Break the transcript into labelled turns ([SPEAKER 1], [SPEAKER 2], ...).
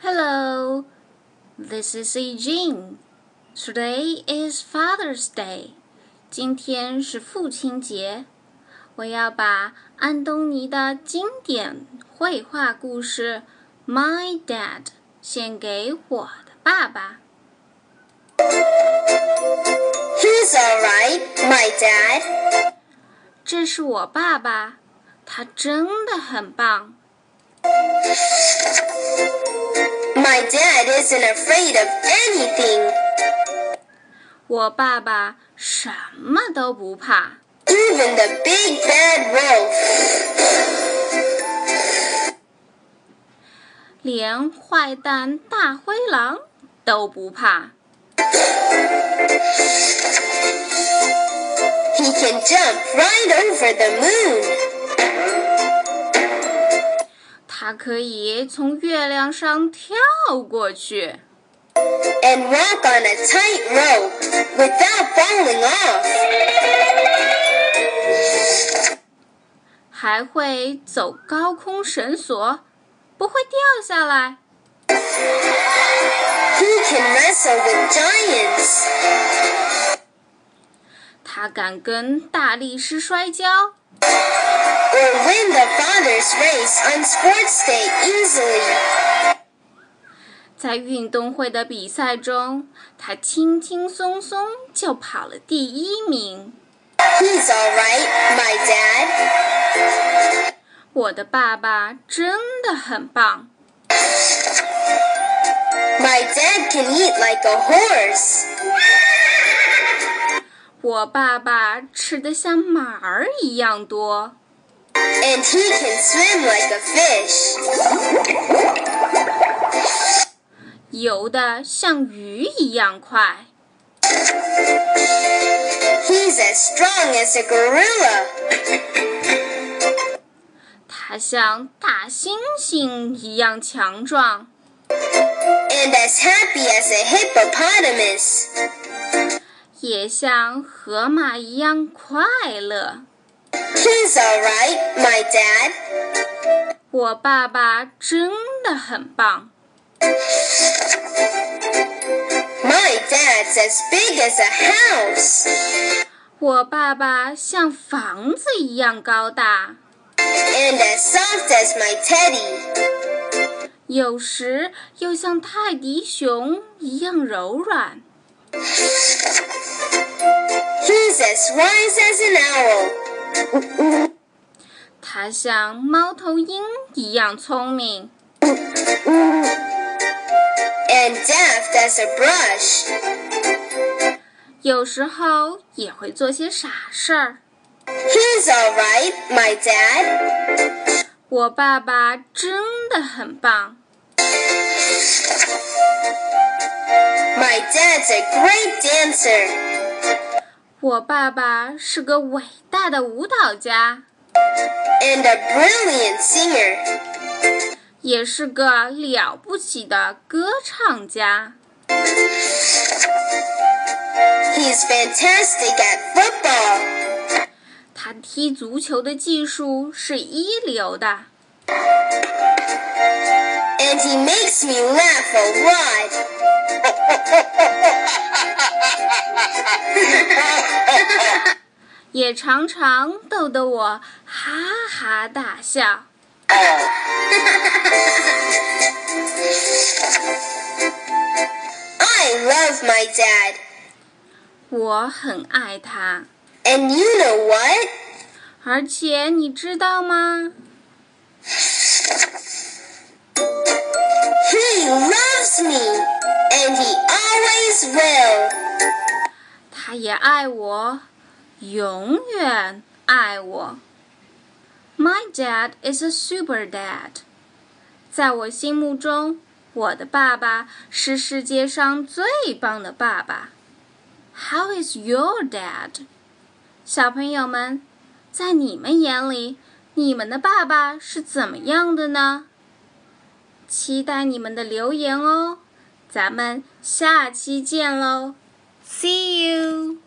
[SPEAKER 1] Hello, this is Eugene. Today is Father's Day. 今天是父亲节。我要把安东尼的经典绘画故事《My Dad》献给我的爸爸。
[SPEAKER 2] He's alright, my dad.
[SPEAKER 1] 这是我爸爸，他真的很棒。
[SPEAKER 2] My dad isn't afraid of anything.
[SPEAKER 1] 我爸爸什么都不怕。
[SPEAKER 2] Even the big bad wolf.
[SPEAKER 1] 连坏蛋大灰狼都不怕。
[SPEAKER 2] He can jump right over the moon.
[SPEAKER 1] 它可以从月亮上跳过去，
[SPEAKER 2] And walk on a tight rope without falling off.
[SPEAKER 1] 还会走高空绳索，不会掉下来。
[SPEAKER 2] He can wrestle with giants.
[SPEAKER 1] 它敢跟大力士摔跤，
[SPEAKER 2] Or win the father's race on sports day easily.
[SPEAKER 1] 在运动会的比赛中，它轻轻松松就跑了第一名。
[SPEAKER 2] He's alright, my dad.
[SPEAKER 1] 我的爸爸真的很棒，
[SPEAKER 2] My dad can eat like a horse.
[SPEAKER 1] 我爸爸吃得像马儿一样多。
[SPEAKER 2] And he can swim like a fish.
[SPEAKER 1] 游得像鱼一样快，
[SPEAKER 2] He's as strong as a gorilla.
[SPEAKER 1] 它像大猩猩一样强壮，
[SPEAKER 2] And as happy as a hippopotamus.
[SPEAKER 1] 也像河马一样快乐。
[SPEAKER 2] He's alright, my dad.
[SPEAKER 1] 我爸爸真的很棒，
[SPEAKER 2] My dad's as big as a house.
[SPEAKER 1] 我爸爸像房子一样高大，
[SPEAKER 2] And as soft as my teddy.
[SPEAKER 1] 有时又像泰迪熊一样柔软。
[SPEAKER 2] He's as wise as an owl.
[SPEAKER 1] 它像猫头鹰一样聪明，
[SPEAKER 2] And daft as a brush.
[SPEAKER 1] 有时候也会做些傻事儿。
[SPEAKER 2] He's alright, my dad.
[SPEAKER 1] 我爸爸真的很棒。
[SPEAKER 2] My dad's a great dancer.
[SPEAKER 1] 我爸爸是个伟大的舞蹈家，
[SPEAKER 2] And a brilliant singer.
[SPEAKER 1] 也是个了不起的歌唱家。
[SPEAKER 2] He's fantastic at football.
[SPEAKER 1] 他踢足球的技术是一流的，
[SPEAKER 2] And he makes me laugh a lot.
[SPEAKER 1] 也常常逗得我哈哈大笑。
[SPEAKER 2] I love my dad.
[SPEAKER 1] 我很爱他，
[SPEAKER 2] And you know what?
[SPEAKER 1] 而且你知道吗？
[SPEAKER 2] He loves me. And he always will.
[SPEAKER 1] 他也爱我，永远爱我。My dad is a super dad。在我心目中，我的爸爸是世界上最棒的爸爸。How is your dad？小朋友们，在你们眼里，你们的爸爸是怎么样的呢？期待你们的留言哦，咱们下期见喽！See you.